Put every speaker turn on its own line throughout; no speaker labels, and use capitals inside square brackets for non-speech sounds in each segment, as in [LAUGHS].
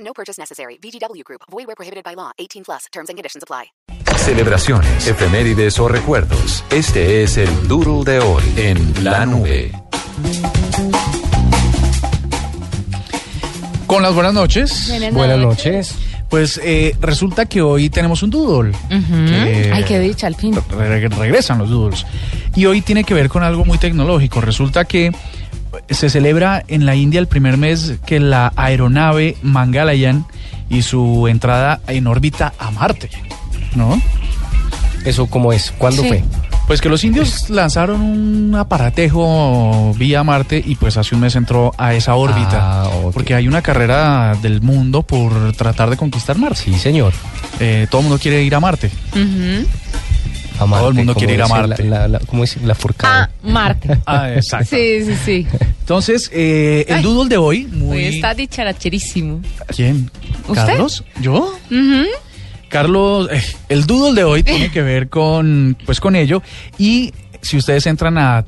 No purchase necessary. VGW Group. Void where prohibited by law. 18 plus. Terms and conditions apply.
Celebraciones, efemérides o recuerdos. Este es el Doodle de hoy en La Nube.
Con las buenas noches.
Buenas noches.
Pues eh, resulta que hoy tenemos un doodle. Eh,
Ay, qué dicha, al fin.
re- regresan los doodles. Y hoy tiene que ver con algo muy tecnológico. Resulta que se celebra en la India el primer mes que la aeronave Mangalayan y su entrada en órbita a Marte, ¿no?
¿Eso cómo es? ¿Cuándo
Sí.
fue?
Pues que los indios lanzaron un aparatejo vía Marte y pues hace un mes entró a esa órbita.
Ah, ok.
Porque hay una carrera del mundo por tratar de conquistar Marte.
Sí, señor.
Eh, todo el mundo quiere ir a Marte.
A
Todo el mundo
¿cómo
quiere ir a
dice
Marte.
La, la- la- ¿Cómo es? La forcada.
Ah, Marte.
[LAUGHS] Ah, exacto.
Sí, sí, sí.
Entonces, eh, el
Ay.
doodle de hoy, muy...
Hoy está dicharacherísimo.
¿Quién?
¿Usted?
¿Carlos? ¿Yo? Carlos, eh, el doodle de hoy tiene que ver con, pues, con ello. Y si ustedes entran a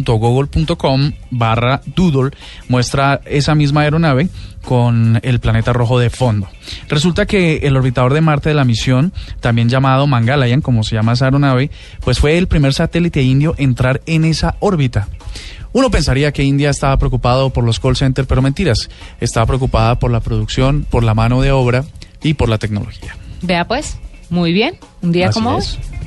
www.google.com barra doodle, muestra esa misma aeronave con el planeta rojo de fondo. Resulta que el orbitador de Marte de la misión, también llamado Mangalayan, como se llama esa aeronave, pues fue el primer satélite indio en entrar en esa órbita. Uno pensaría que India estaba preocupado por los call centers, pero mentiras, estaba preocupada por la producción, por la mano de obra y por la tecnología.
Vea pues, muy bien. Un día
Así
como
es.
hoy.